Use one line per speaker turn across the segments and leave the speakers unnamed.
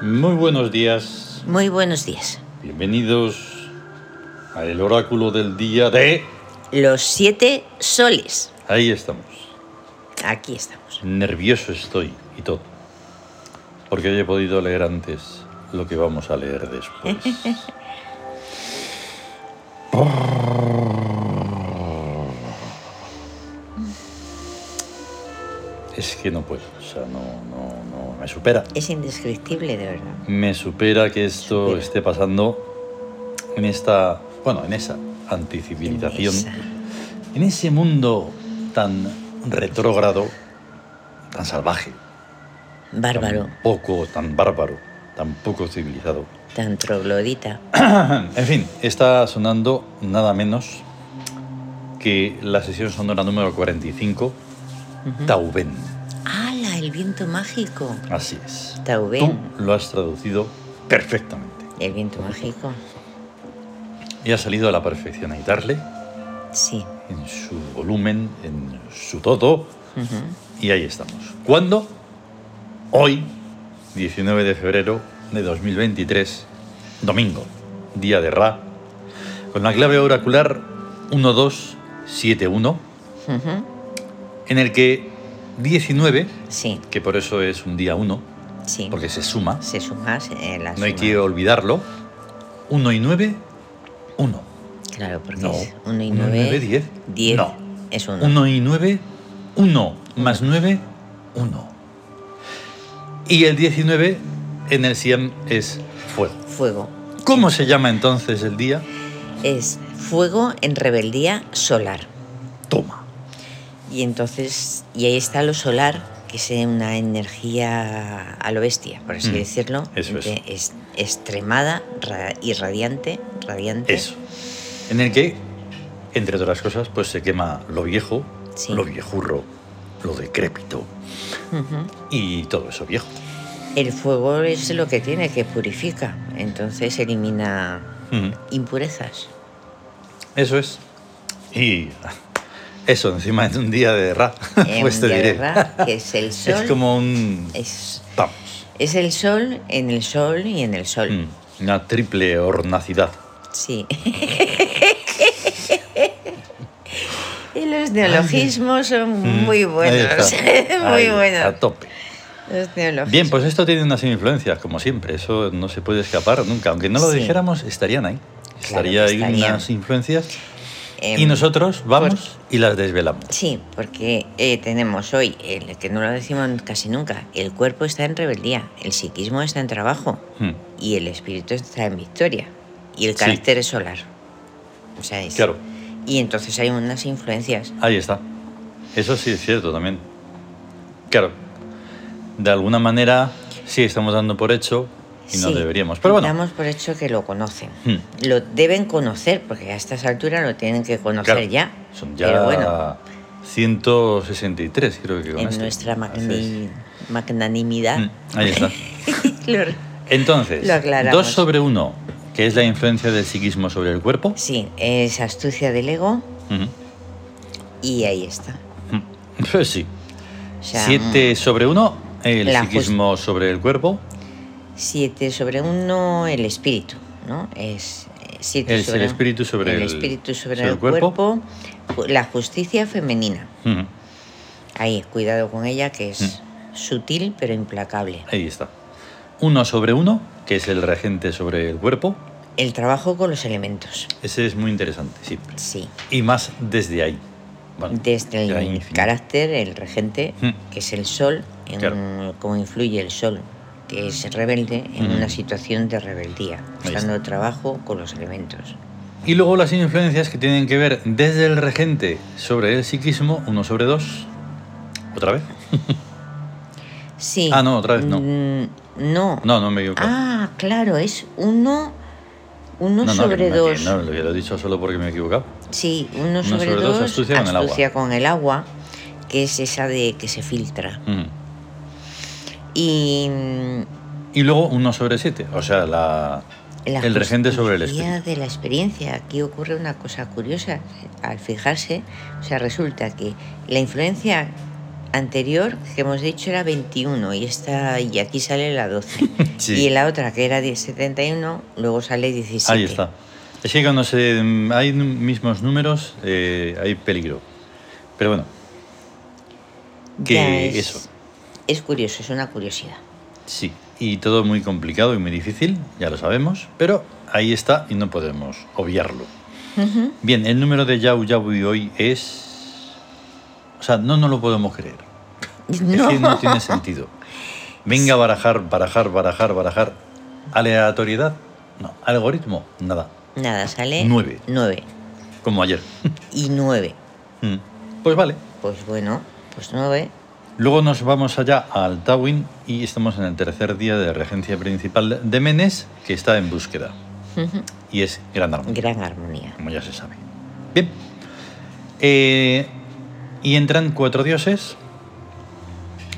Muy buenos días,
Muy buenos días.
bienvenidos a el oráculo del día de...
Los siete soles.
Ahí estamos,
Aquí estamos.
nervioso estoy y todo, porque hoy he podido leer antes lo que vamos a leer después. es que no puedo, o sea, no, no, no, me supera.
Es indescriptible, de verdad.
Me supera que esto
Supera.
esté pasando en esta, bueno, en esa anticivilización,
Inmensa.
en ese mundo tan retrógrado, tan salvaje,
Bárbaro,
tan poco, tan bárbaro, tan poco civilizado.
tan troglodita.
En fin, está sonando nada menos que la sesión sonora número 45, Tauben.
¡Hala! El viento mágico.
Así es.
Tauben.
Tú lo has traducido perfectamente.
El viento mágico.
Y ha salido a la perfección a darle.
Sí.
en su volumen, en su todo,
Ujú.
y ahí estamos. ¿Cuándo? Hoy, 19 de febrero de 2023, domingo, día de Ra, con la clave oracular 1271,
Ujú.
en el que 19,
Sí,
que por eso es un día 1,
sí.
porque se suma,
Se suma eh, la
no hay
suma.
que olvidarlo, 1 y 9, 1.
Claro, porque
No.
es 1 y
Uno y
9.
nueve, diez. No.
Es 1.
1 y 9, 1 más 9, 1. Y el 19 en el Siam es fuego.
Fuego.
¿Cómo se llama entonces el día?
Es fuego en rebeldía solar.
Toma.
Y entonces, y ahí está lo solar, que es una energía a lo bestia, por así
Mm,
decirlo.
eso es.
de- es- Extremada ra- y radiante, radiante.
Eso. En el que, entre otras cosas, pues se quema lo viejo,
Sí.
lo viejurro, lo decrépito
Ujú.
y todo eso viejo.
El fuego es lo que tiene, que purifica. Entonces elimina
Ujú.
impurezas.
Eso es. Y eso encima en un día de Ra.
Eh,
pues te
un día de
diré.
ra, que es el sol.
Es como un...
es,
Vamos.
es el sol en el sol y en el sol.
Mm, Una triple hornacidad.
Sí. y los neologismos son muy
Mm, ahí
buenos.
está.
muy
Ahí, A
buenos.
tope.
Los neologismos.
Bien, pues esto tiene unas influencias, como siempre. Eso no se puede escapar nunca. Aunque no lo
Sí.
dijéramos, estarían ahí.
que
Estaría ahí
estarían.
unas influencias.
Em,
y nosotros vamos y las desvelamos.
Sí, porque eh, tenemos hoy, el que no lo decimos casi nunca, el cuerpo está en rebeldía, el psiquismo está en trabajo
Mm,
y el espíritu está en victoria y el
Sí.
carácter es solar. O sea, es-
Claro.
Y entonces hay unas influencias.
Ahí está. Eso sí es cierto también. Claro. De alguna manera, sí estamos dando por hecho y no
Sí,
deberíamos. Pero bueno.
Damos por hecho que lo conocen.
Hmm.
Lo deben conocer, porque a estas alturas lo tienen que conocer
claro,
ya.
Son ya
Pero bueno,
163, creo que con
en
este.
nuestra
Haces-
magnani- magnanimidad
Mm, Ahí está.
lo-
Entonces,
Lo aclaramos.
2 sobre 1, que es la influencia del psiquismo sobre el cuerpo.
Sí, es astucia del ego
Ujú.
y ahí está.
Mm. Pues sí.
O sea, mm.
7 sobre 1, el
la
psiquismo sobre el cuerpo.
mm, Siete sobre uno, el espíritu, ¿no? Es eh, siete
Es el
sobre-
espíritu sobre
el
el-
espíritu sobre
sobre
el
el cuerpo.
cuerpo, ju- la justicia femenina.
Ujú.
Ahí, cuidado con ella, que es
Mm.
sutil pero implacable.
Ahí está. 1 sobre 1, que es el regente sobre el cuerpo.
El trabajo con los elementos,
Ese es muy interesante, sí.
sí.
Y más desde ahí. Bueno,
Desde
ya
el
infinito.
este carácter, el regente,
Mm.
que es el sol, en
Claro.
un- cómo influye el sol, que es rebelde en
Mm.
una situación de rebeldía,
Ahí
buscando trabajo con los elementos.
Y luego las influencias que tienen que ver desde el regente sobre el psiquismo, 1 sobre 2. ¿Otra vez?
Sí.
Ah, no, otra vez no.
Mm, No.
No, no me equivoco.
Ah, claro, es uno, uno
no, no, que
sobre
no,
dos.
que No, lo he dicho solo porque me he equivocado.
Sí, uno, sobre,
sobre dos,
dos,
astucia con el agua.
con el agua, que es esa de que se filtra.
Mm.
Y mm,
Y luego 1 sobre 7, o sea, la,
la
el regente sobre el este.
justicia
espíritu.
de la experiencia. Aquí ocurre una cosa curiosa. Al fijarse, o sea, resulta que la influencia anterior que hemos dicho era 21 y esta y aquí sale la 12.
Sí.
Y la otra que era 10 71, luego sale 17.
Ahí está. Es que cuando se, mm, hay nu- mismos números eh, hay peligro. Pero bueno, que
Ya es-
eso.
Es curioso, es una curiosidad.
sí. Y todo muy complicado y muy difícil, ya lo sabemos, pero ahí está y no podemos obviarlo. Bien, el número de Yau Yau y hoy es... O sea, no nos lo podemos creer. Es que no tiene sentido. Venga, barajar, barajar, barajar, barajar. Aleatoriedad, no. Algoritmo, nada.
Nada, sale
Nueve.
9.
Como ayer.
Y 9.
Mm. Pues vale.
Pues bueno, pues 9.
Luego nos vamos allá al Tawin y estamos en el tercer día de regencia principal de Menes, que está en búsqueda. Y es Gran Armonía,
Gran armonía.
como ya se sabe. Bien. Eh, y entran cuatro dioses.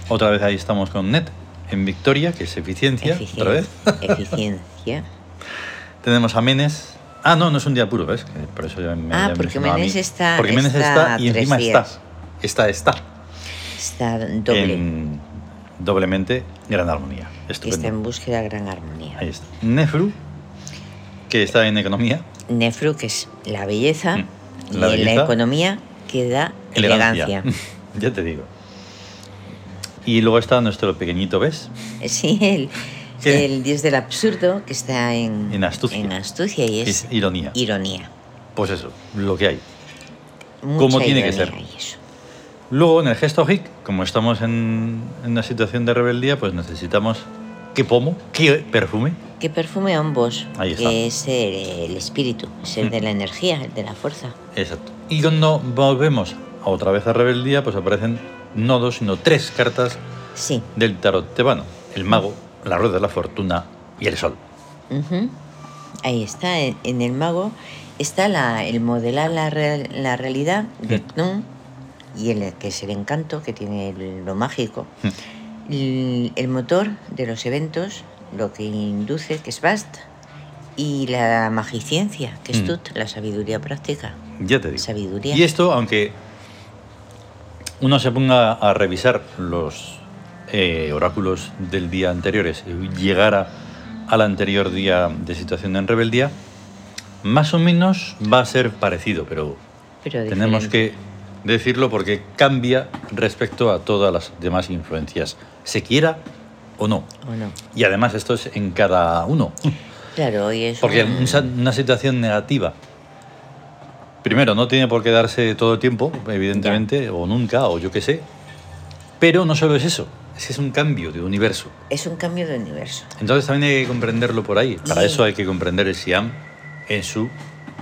Otra vez ahí estamos con Net, en Victoria, que es eficiencia. Otra vez.
Eficiencia.
Tenemos a Menes. Ah, no, no es un día puro, ¿ves? Que Por eso ya me
Ah,
ya me
porque
sonaba a mí.
Menes está-
Porque Menes
está
está y
tres
encima está.
días.
Está, está.
Está doble.
en doblemente Gran Armonía.
que está en
Estupendo.
búsqueda de gran armonía.
Ahí está. Nefru, que está en economía.
Nefru, que es la belleza,
Mm. La
y en la
belleza.
economía queda
Elegancia.
elegancia.
ya te digo. Y luego está nuestro pequeñito, ¿ves?
Eh, Sí, el,
¿Qué?
el dios del absurdo que está en,
En astucia.
en astucia y es,
Es ironía.
ironía.
Pues eso, lo que hay.
Mucha
Como tiene que
ironía
ser.
y eso.
Luego, en el gesto hic, como estamos en, en una situación de rebeldía, pues necesitamos qué pomo, qué perfume.
Que perfume ambos,
Ahí está. Mm.
que es el, el espíritu, es el de la energía, el de la fuerza.
Exacto. Y cuando volvemos a otra vez a rebeldía, pues aparecen no dos, sino tres cartas
Sí.
del tarot tebano, el mago, la rueda de la fortuna y el sol.
ujú. Ahí está, en, en el mago está la, el modelar la, real- la realidad de
Mm.
Knum y el que es el encanto que tiene el- lo mágico.
Mm.
El, el motor de los eventos, lo que induce, que es Bast, y la magiciencia, que es
Mm.
Tut, la sabiduría práctica.
Ya te digo.
Sabiduría.
Y esto, aunque uno se ponga a revisar los eh, oráculos del día anteriores y llegara al anterior día de situación en rebeldía, más o menos va a ser parecido, pero
pero
tenemos
diferente.
que decirlo porque cambia respecto a todas las demás influencias, se quiera o no.
¿O no?
Y además esto es en cada uno.
Claro, hoy es
Porque
un-
esa- una situación negativa, primero, no tiene por qué darse todo el tiempo, evidentemente, o nunca, o yo qué sé. Pero no solo es eso, es que es un cambio de universo.
es un cambio de universo.
Entonces también hay que comprenderlo por ahí. Para
Sí.
eso hay que comprender el Siam en su,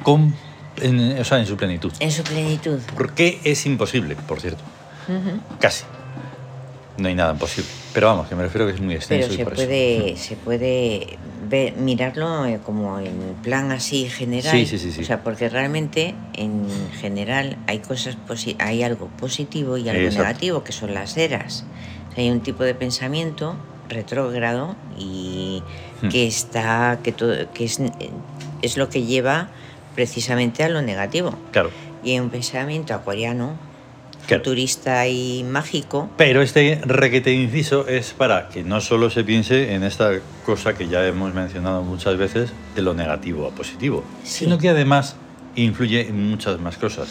com- en- o sea, en su plenitud.
En su plenitud.
Porque es imposible, por cierto. Casi. No hay nada imposible. Pero vamos, que me refiero que es muy extenso.
Pero
y
se
por eso.
puede, se puede ver- mirarlo eh, como en plan así general.
Sí, sí, sí, sí.
O sea, porque realmente en general hay cosas posi- hay algo positivo y algo
Exacto.
negativo, que son las eras. O sea, hay un tipo de pensamiento retrógrado y
Hmm.
que está que todo que es, es lo que lleva precisamente a lo negativo.
Claro.
Y hay un pensamiento acuariano,
Claro.
futurista y mágico.
Pero este requete inciso es para que no solo se piense en esta cosa que ya hemos mencionado muchas veces, de lo negativo a positivo,
Sí.
sino que además influye en muchas más cosas,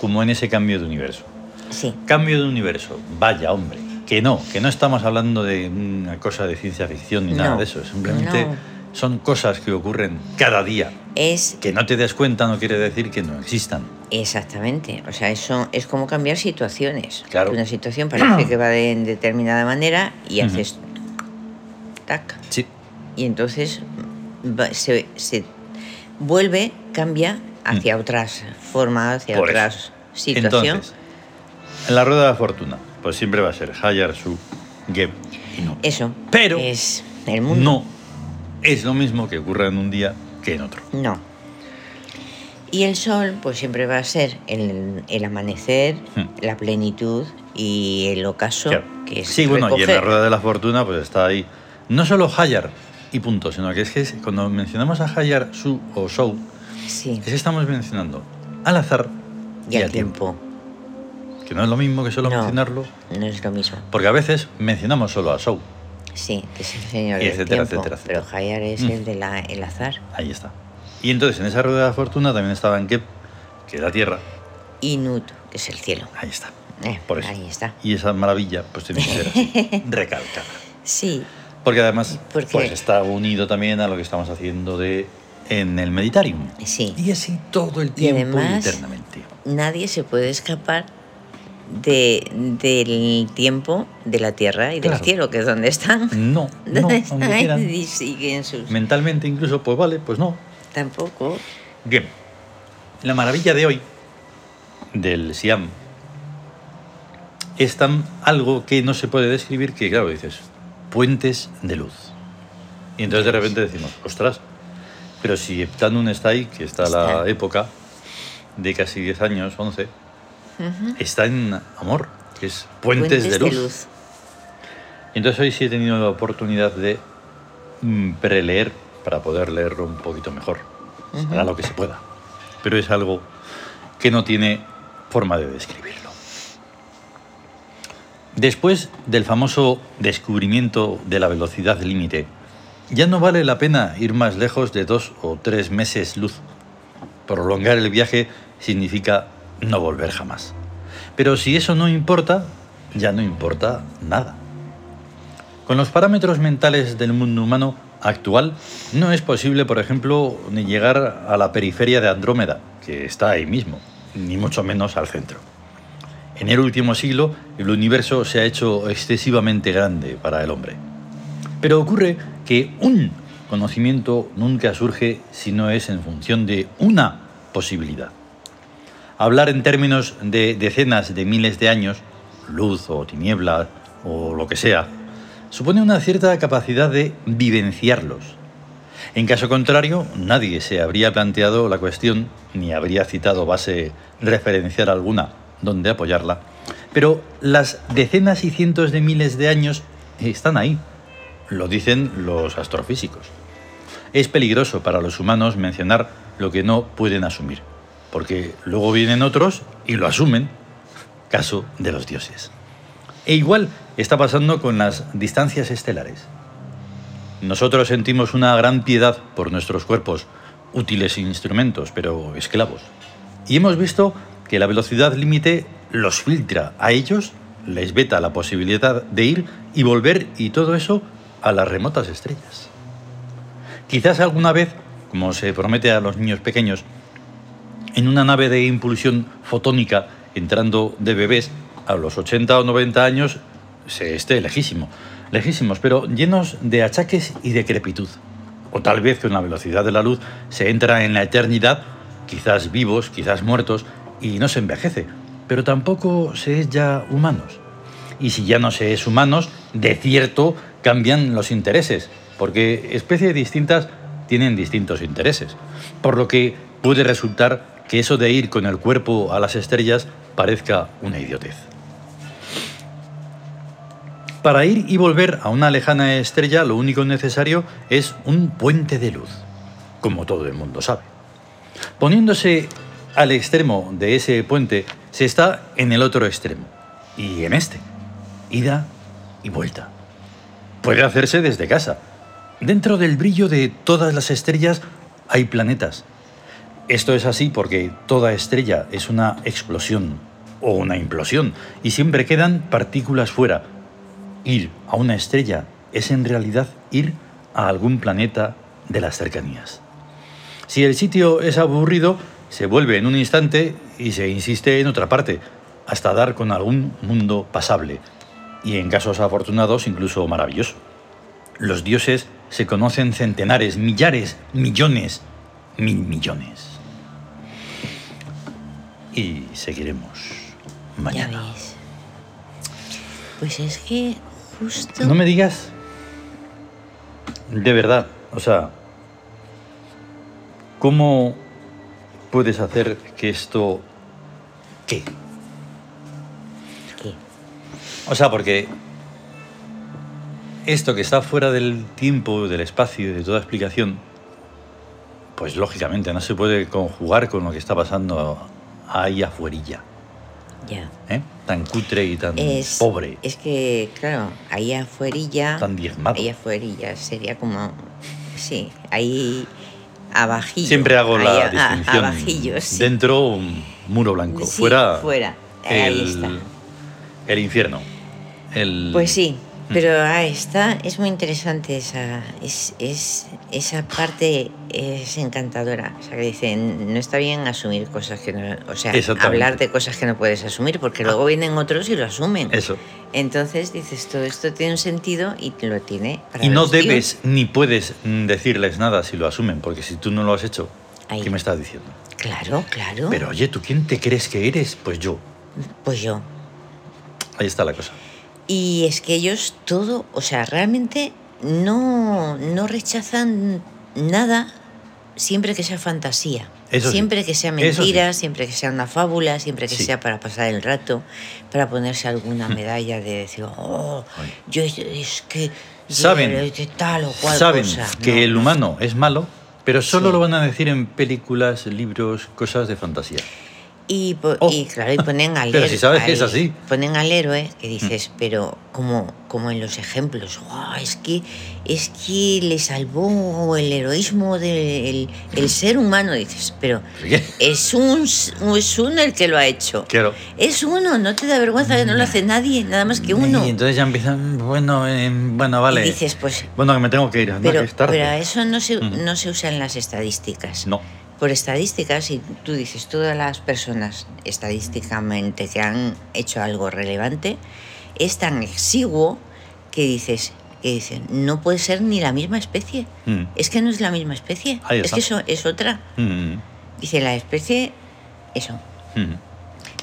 como en ese cambio de universo.
Sí.
Cambio de universo, vaya hombre, que no, que no estamos hablando de una cosa de ciencia ficción ni nada
No,
de eso, simplemente
no.
son cosas que ocurren cada día.
Es
Que no te des cuenta no quiere decir que no existan.
Exactamente, o sea, eso es como cambiar situaciones.
Claro.
Una situación parece que va de determinada manera y
Ujú.
haces tac.
Sí,
Y entonces va- se, se vuelve, cambia hacia otras formas, hacia
Mm. Por
otras
eso.
situaciones.
Entonces, en la rueda de la fortuna, pues siempre va a ser Hayar, Su, Geb y no.
Eso
Pero
es el mundo.
No es lo mismo que ocurra en un día que en otro.
No. Y el sol, pues siempre va a ser el, el amanecer,
Mm.
la plenitud y el ocaso,
Claro.
que es
sí, bueno, y en la
recoger.
rueda de la fortuna, pues está ahí. No solo Hayar y punto, sino que es que es- cuando mencionamos a Hayar, Su o Sou,
Sí.
es que estamos mencionando al azar
y al tiempo.
que no es lo mismo que solo
No.
mencionarlo,
No es lo mismo.
porque a veces mencionamos solo a Show.
Sí, que es el señor
Y
del
etcétera,
tiempo,
etcétera,
Pero Hayar es
Mm.
el de la, el azar.
Ahí está. Y entonces en esa rueda de la fortuna también estaba Ankep, que es la tierra.
Y Nut, que es el cielo.
Ahí está.
Eh,
Por eso.
Ahí está.
Y esa maravilla, pues tiene que ser así, recalcada.
Sí,
Porque además
Porque-
pues está unido también a lo que estamos haciendo de en el Meditarium.
sí.
Y así todo el tiempo
además-
eternamente.
Nadie se puede escapar de, del tiempo, de la tierra y del
Claro.
cielo, que es donde están.
No, no,
Donde
aunque
están
quieran.
y siguen sus...
Mentalmente incluso, pues vale, pues no.
Tampoco.
Bien. La maravilla de hoy del Siam es tan algo que no se puede describir que, claro, dices, puentes de luz. Y entonces de repente decimos, ostras, pero si Eptanun está ahí, que está la
Está.
época de casi 10 años, 11,
Ujú.
está en amor, que es puentes, de luz. Y Entonces hoy sí he tenido la oportunidad de mm, preleer para poder leerlo un poquito mejor. Será lo que se pueda. Pero es algo que no tiene forma de describirlo. Después del famoso descubrimiento de la velocidad límite, ya no vale la pena ir más lejos de dos o tres meses luz. Prolongar el viaje significa no volver jamás. Pero si eso no importa, ya no importa nada. Con los parámetros mentales del mundo humano actual, no es posible, por ejemplo, ni llegar a la periferia de Andrómeda, que está ahí mismo, ni mucho menos al centro. En el último siglo, el universo se ha hecho excesivamente grande para el hombre. Pero ocurre que un conocimiento nunca surge si no es en función de una posibilidad. Hablar en términos de decenas de miles de años, luz o tiniebla o lo que sea, supone una cierta capacidad de vivenciarlos. En caso contrario, nadie se habría planteado la cuestión ni habría citado base referencial alguna donde apoyarla. Pero las decenas y cientos de miles de años están ahí, lo dicen los astrofísicos. Es peligroso para los humanos mencionar lo que no pueden asumir, porque luego vienen otros y lo asumen, caso de los dioses. E igual está pasando con las distancias estelares. Nosotros sentimos una gran piedad por nuestros cuerpos, útiles instrumentos, pero esclavos. Y hemos visto que la velocidad límite los filtra a ellos, les veta la posibilidad de ir y volver y todo eso a las remotas estrellas. Quizás alguna vez, como se promete a los niños pequeños, en una nave de impulsión fotónica entrando de bebés a los 80 o 90 años se esté lejísimo, lejísimos, pero llenos de achaques y decrepitud. O tal vez con la velocidad de la luz se entra en la eternidad, quizás vivos, quizás muertos, y no se envejece, pero tampoco se es ya humanos. Y si ya no se es humanos, de cierto cambian los intereses, porque especies distintas tienen distintos intereses. Por lo que puede resultar que eso de ir con el cuerpo a las estrellas parezca una idiotez. Para ir y volver a una lejana estrella, lo único necesario es un puente de luz, como todo el mundo sabe. Poniéndose al extremo de ese puente, se está en el otro extremo, y en este, ida y vuelta. Puede hacerse desde casa. Dentro del brillo de todas las estrellas hay planetas. Esto es así porque toda estrella es una explosión o una implosión, y siempre quedan partículas fuera, Ir a una estrella es en realidad ir a algún planeta de las cercanías. Si el sitio es aburrido, se vuelve en un instante y se insiste en otra parte, hasta dar con algún mundo pasable, y en casos afortunados incluso maravilloso. Los dioses se conocen centenares, millares, millones, mil millones. Y seguiremos
Ya
mañana.
ves. Pues es que justo...
No me digas. De verdad, o sea, ¿cómo puedes hacer que esto... ¿Qué?
¿Qué?
O sea, porque esto que está fuera del tiempo, del espacio y de toda explicación, pues lógicamente no se puede conjugar con lo que está pasando ahí afuerilla.
Ya.
¿eh? tan cutre y tan
Es,
pobre,
Es que, claro, ahí afuerilla.
tan diezmado.
Ahí afuerilla sería como. Sí, ahí abajillo.
Siempre hago
ahí
la
a- a-
distinción.
abajillo, sí.
Dentro, un muro blanco.
Sí,
fuera,
fuera. Ahí está.
el, el infierno. El,
Pues sí,
Mm.
pero ahí está. Es muy interesante esa, es, es- esa parte, es encantadora. O sea, que dicen, no está bien asumir cosas que no. O sea,
Exactamente. Ah.
hablar de cosas que no puedes asumir, porque luego vienen otros y lo asumen.
Eso.
Entonces dices, todo esto tiene un sentido y lo tiene. para
Y no
los tíos.
debes ni puedes mm, decirles nada si lo asumen, porque si tú no lo has hecho,
Ahí.
¿qué me estás diciendo?
Claro, claro.
Pero oye, ¿tú quién te crees que eres? Pues yo.
Pues yo.
Ahí está la cosa.
Y es que ellos todo, o sea, realmente no, no rechazan nada siempre que sea fantasía.
Eso sí.
siempre que sea
Eso
mentira, siempre que sea una fábula, siempre que
Sí. Hmm.
sea para pasar el rato, para ponerse alguna medalla de decir, oh,
Ay.
yo es- es que. yo
Saben,
es que tal o cual
Saben
cosa".
que
No,
el
no.
humano es malo, pero solo
Sí.
lo van a decir en películas, libros, cosas de fantasía.
Y, po-
Oh.
y claro, y ponen al
Pero
héroe-
si sabes que
al-
es así. Mm.
Ponen al héroe que dices, pero como, como en los ejemplos, "Guau, es que es que le salvó el heroísmo del el- el ser humano, dices, pero es un s- es uno el que lo ha hecho.
Claro.
Es uno, no te da vergüenza que no lo hace nadie, nada más que uno.
Y Mm, entonces ya empiezan, bueno, eh, bueno,
Y
vale.
dices, pues,
bueno, que me tengo que ir, anda,
pero,
que es tarde. Mm.
pero a eso no se,
Ujú.
no se usan las estadísticas.
No,
Por estadísticas, si tú dices todas las personas estadísticamente que han hecho algo relevante, es tan exiguo que dices, que dicen, no puede ser ni la misma especie.
Mm,
Es que no es la misma especie.
Ahí
Es
está.
que eso es otra.
mm,
Dice la especie, eso.
mm.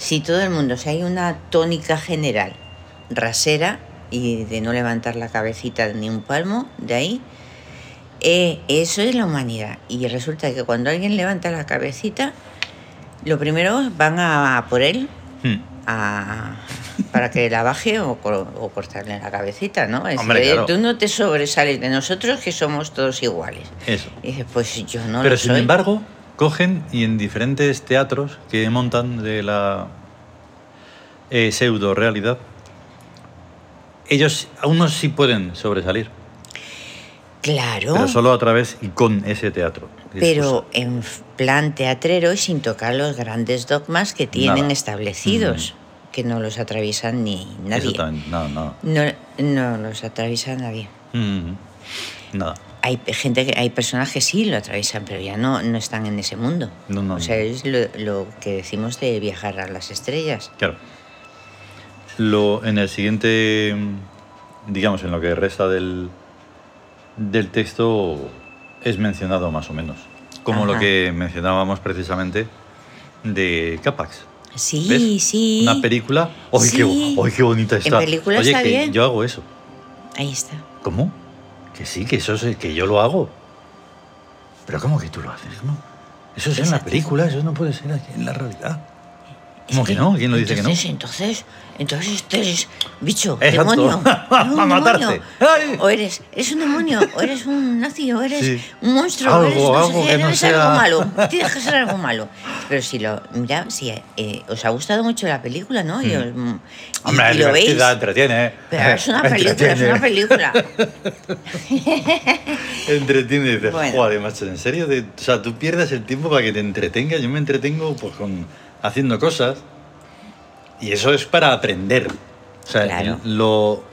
Si todo el mundo, si hay una tónica general, rasera y de no levantar la cabecita ni un palmo, de ahí, eh, eso es la humanidad. Y resulta que cuando alguien levanta la cabecita, lo primero van a, a por él
Mm.
a- para que la baje o, co- o cortarle la cabecita, ¿no? Es
Hombre,
decir,
claro.
tú no te sobresales de nosotros que somos todos iguales.
Eso.
Y dices, pues yo no
Pero
lo
sin
soy.
embargo, cogen y en diferentes teatros que montan de la eh, pseudo realidad, ellos, a unos sí pueden sobresalir,
claro.
pero solo a través y con ese teatro.
pero en f- plan teatrero y sin tocar los grandes dogmas que tienen
Nada. Mm.
establecidos, que no los atraviesan ni nadie.
Exactamente, nada, nada.
No, no los atraviesa nadie.
Mm, Nada.
Hay pe- gente que, hay personas que sí lo atraviesan, pero ya no, no están en ese mundo.
No, no,
o sea,
no.
es lo, lo que decimos de viajar a las estrellas.
Claro. Lo, en el siguiente, mm, digamos, en lo que resta del, del texto, es mencionado más o menos. Como lo
Ajá.
que mencionábamos precisamente de Capax.
Sí,
¿Ves?
sí.
Una película. ¡Ay, qué,
Sí.
ay, qué bonita
En
está!
película
Oye,
está
que
bien.
yo hago eso.
Ahí está.
¿Cómo? Que sí, que eso es, que yo lo hago. Pero ¿cómo que tú lo haces? ¿Cómo? Eso es en la
Exacto.
película, eso no puede ser aquí en la realidad. ¿Cómo
Es
que no? ¿Quién lo dice que no?
entonces, Entonces, entonces tú eres bicho,
Exacto.
demonio.
Va a
eres un
matarte.
demonio.
¡Ay!
O eres, eres un demonio, o eres un nazi, o eres
Sí.
un monstruo, o
Algo, algo
eres no sé qué,
que no
eres
sea-
algo malo. Tienes que ser algo malo. Pero si lo, mira, si eh, os ha gustado mucho la película, ¿no? Y, os- y-
Mm. Hombre,
y
es
lo veis.
divertida, entretiene. ¿eh?
Pero es una película,
Entretiene.
es una película.
Entretiene. y dices,
Bueno.
joder, macho, ¿en serio? De- o sea, tú pierdes el tiempo para que te entretengas. Yo me entretengo pues, con, haciendo cosas. Y eso es para aprender. O sea,
Claro.
el- lo,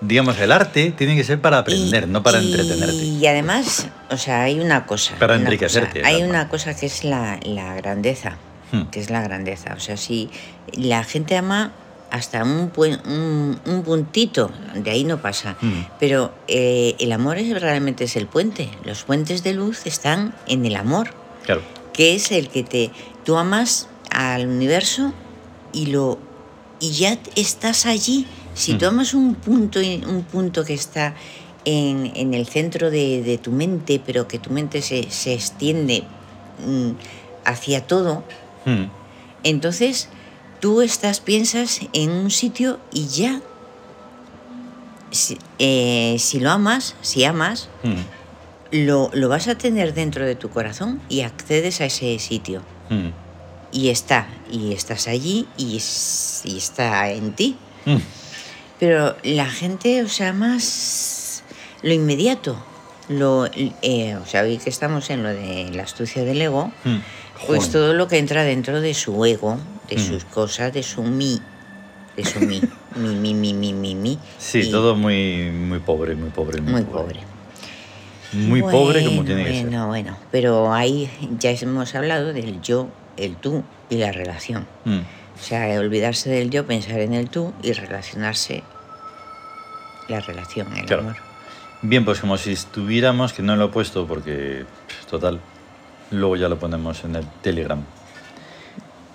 digamos, el arte tiene que ser para aprender,
Y-
no para
y-
entretenerte.
Y además, o sea, hay una cosa.
Para
una
enriquecerte,
cosa- hay
Dharma.
una cosa que es la, la grandeza.
Hmm.
Que es la grandeza. O sea, si la gente ama hasta un, puen- un, un puntito, de ahí no pasa.
Mm.
Pero eh, el amor es, realmente es el puente. Los puentes de luz están en el amor
Claro.
que es el que te tú amas al universo y lo y ya estás allí si tú
Mm.
amas un punto en- un punto que está en, en el centro de, de tu mente pero que tu mente se, se extiende mm, hacia todo
Hmm.
entonces tú estás piensas en un sitio y ya si, eh, si lo amas si amas
Hmm.
lo, lo vas a tener dentro de tu corazón y accedes a ese sitio
Hmm.
y está, y estás allí y, es- y está en ti.
Mm.
Pero la gente, o sea, más lo inmediato, lo, eh, o sea, hoy que estamos en lo de la astucia del ego,
Mm.
pues
Jolín.
todo lo que entra dentro de su ego, de
Mm.
sus cosas, de su mí, de su mí, mi, mi, mi, mi, mi, mi.
Sí,
y
todo muy, muy pobre, muy pobre.
muy pobre.
Muy pobre como
Bueno,
tiene que ser.
Bueno, bueno, pero ahí ya hemos hablado del yo, el tú y la relación.
Mm.
O sea, olvidarse del yo, pensar en el tú y relacionarse la relación, el
Claro.
amor.
Bien, pues como si estuviéramos, que no lo he puesto porque, pff, total, luego ya lo ponemos en el Telegram.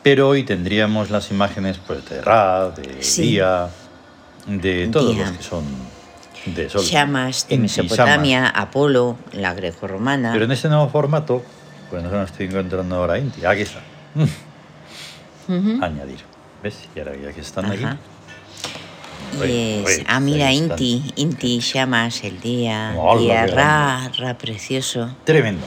Pero hoy tendríamos las imágenes pues, de Ra, de
Sí.
Día, de todos
Día.
los que son de Sol.
Llamas de
Inti,
Mesopotamia,
llamas.
Apolo, la grecorromana.
Pero en este nuevo formato, pues no se nos estoy encontrando ahora Inti. Aquí está.
Ujú.
Añadir. ¿Ves? Y ahora ya que están aquí.
¿Mm? Ajá.
Oye,
Y es,
oye,
ah, mira,
ahí están.
Inti, Inti, llamas el día,
Hola,
día
qué
Ra, Ra precioso,
Tremendo.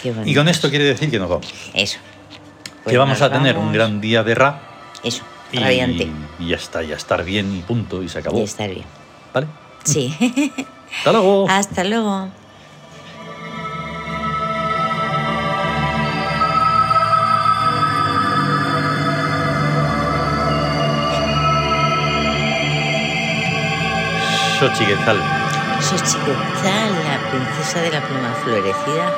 qué bonito.
Y con esto quiere decir que nos vamos.
Eso.
que
Pues
vamos a
nos
tener un
vamos.
gran día de Ra.
Eso,
Y,
radiante.
y ya está, ya estar bien y punto, y se acabó.
Y estar bien.
¿Vale?
Sí.
Hasta luego.
Hasta luego.
Xochiquetzal.
Soy Chiquetá, la princesa de la pluma florecida.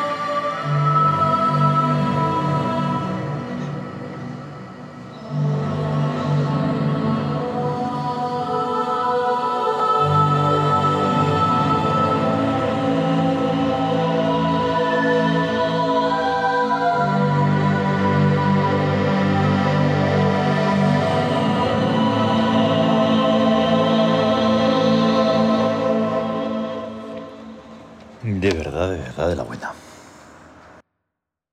De verdad, de verdad, de la buena.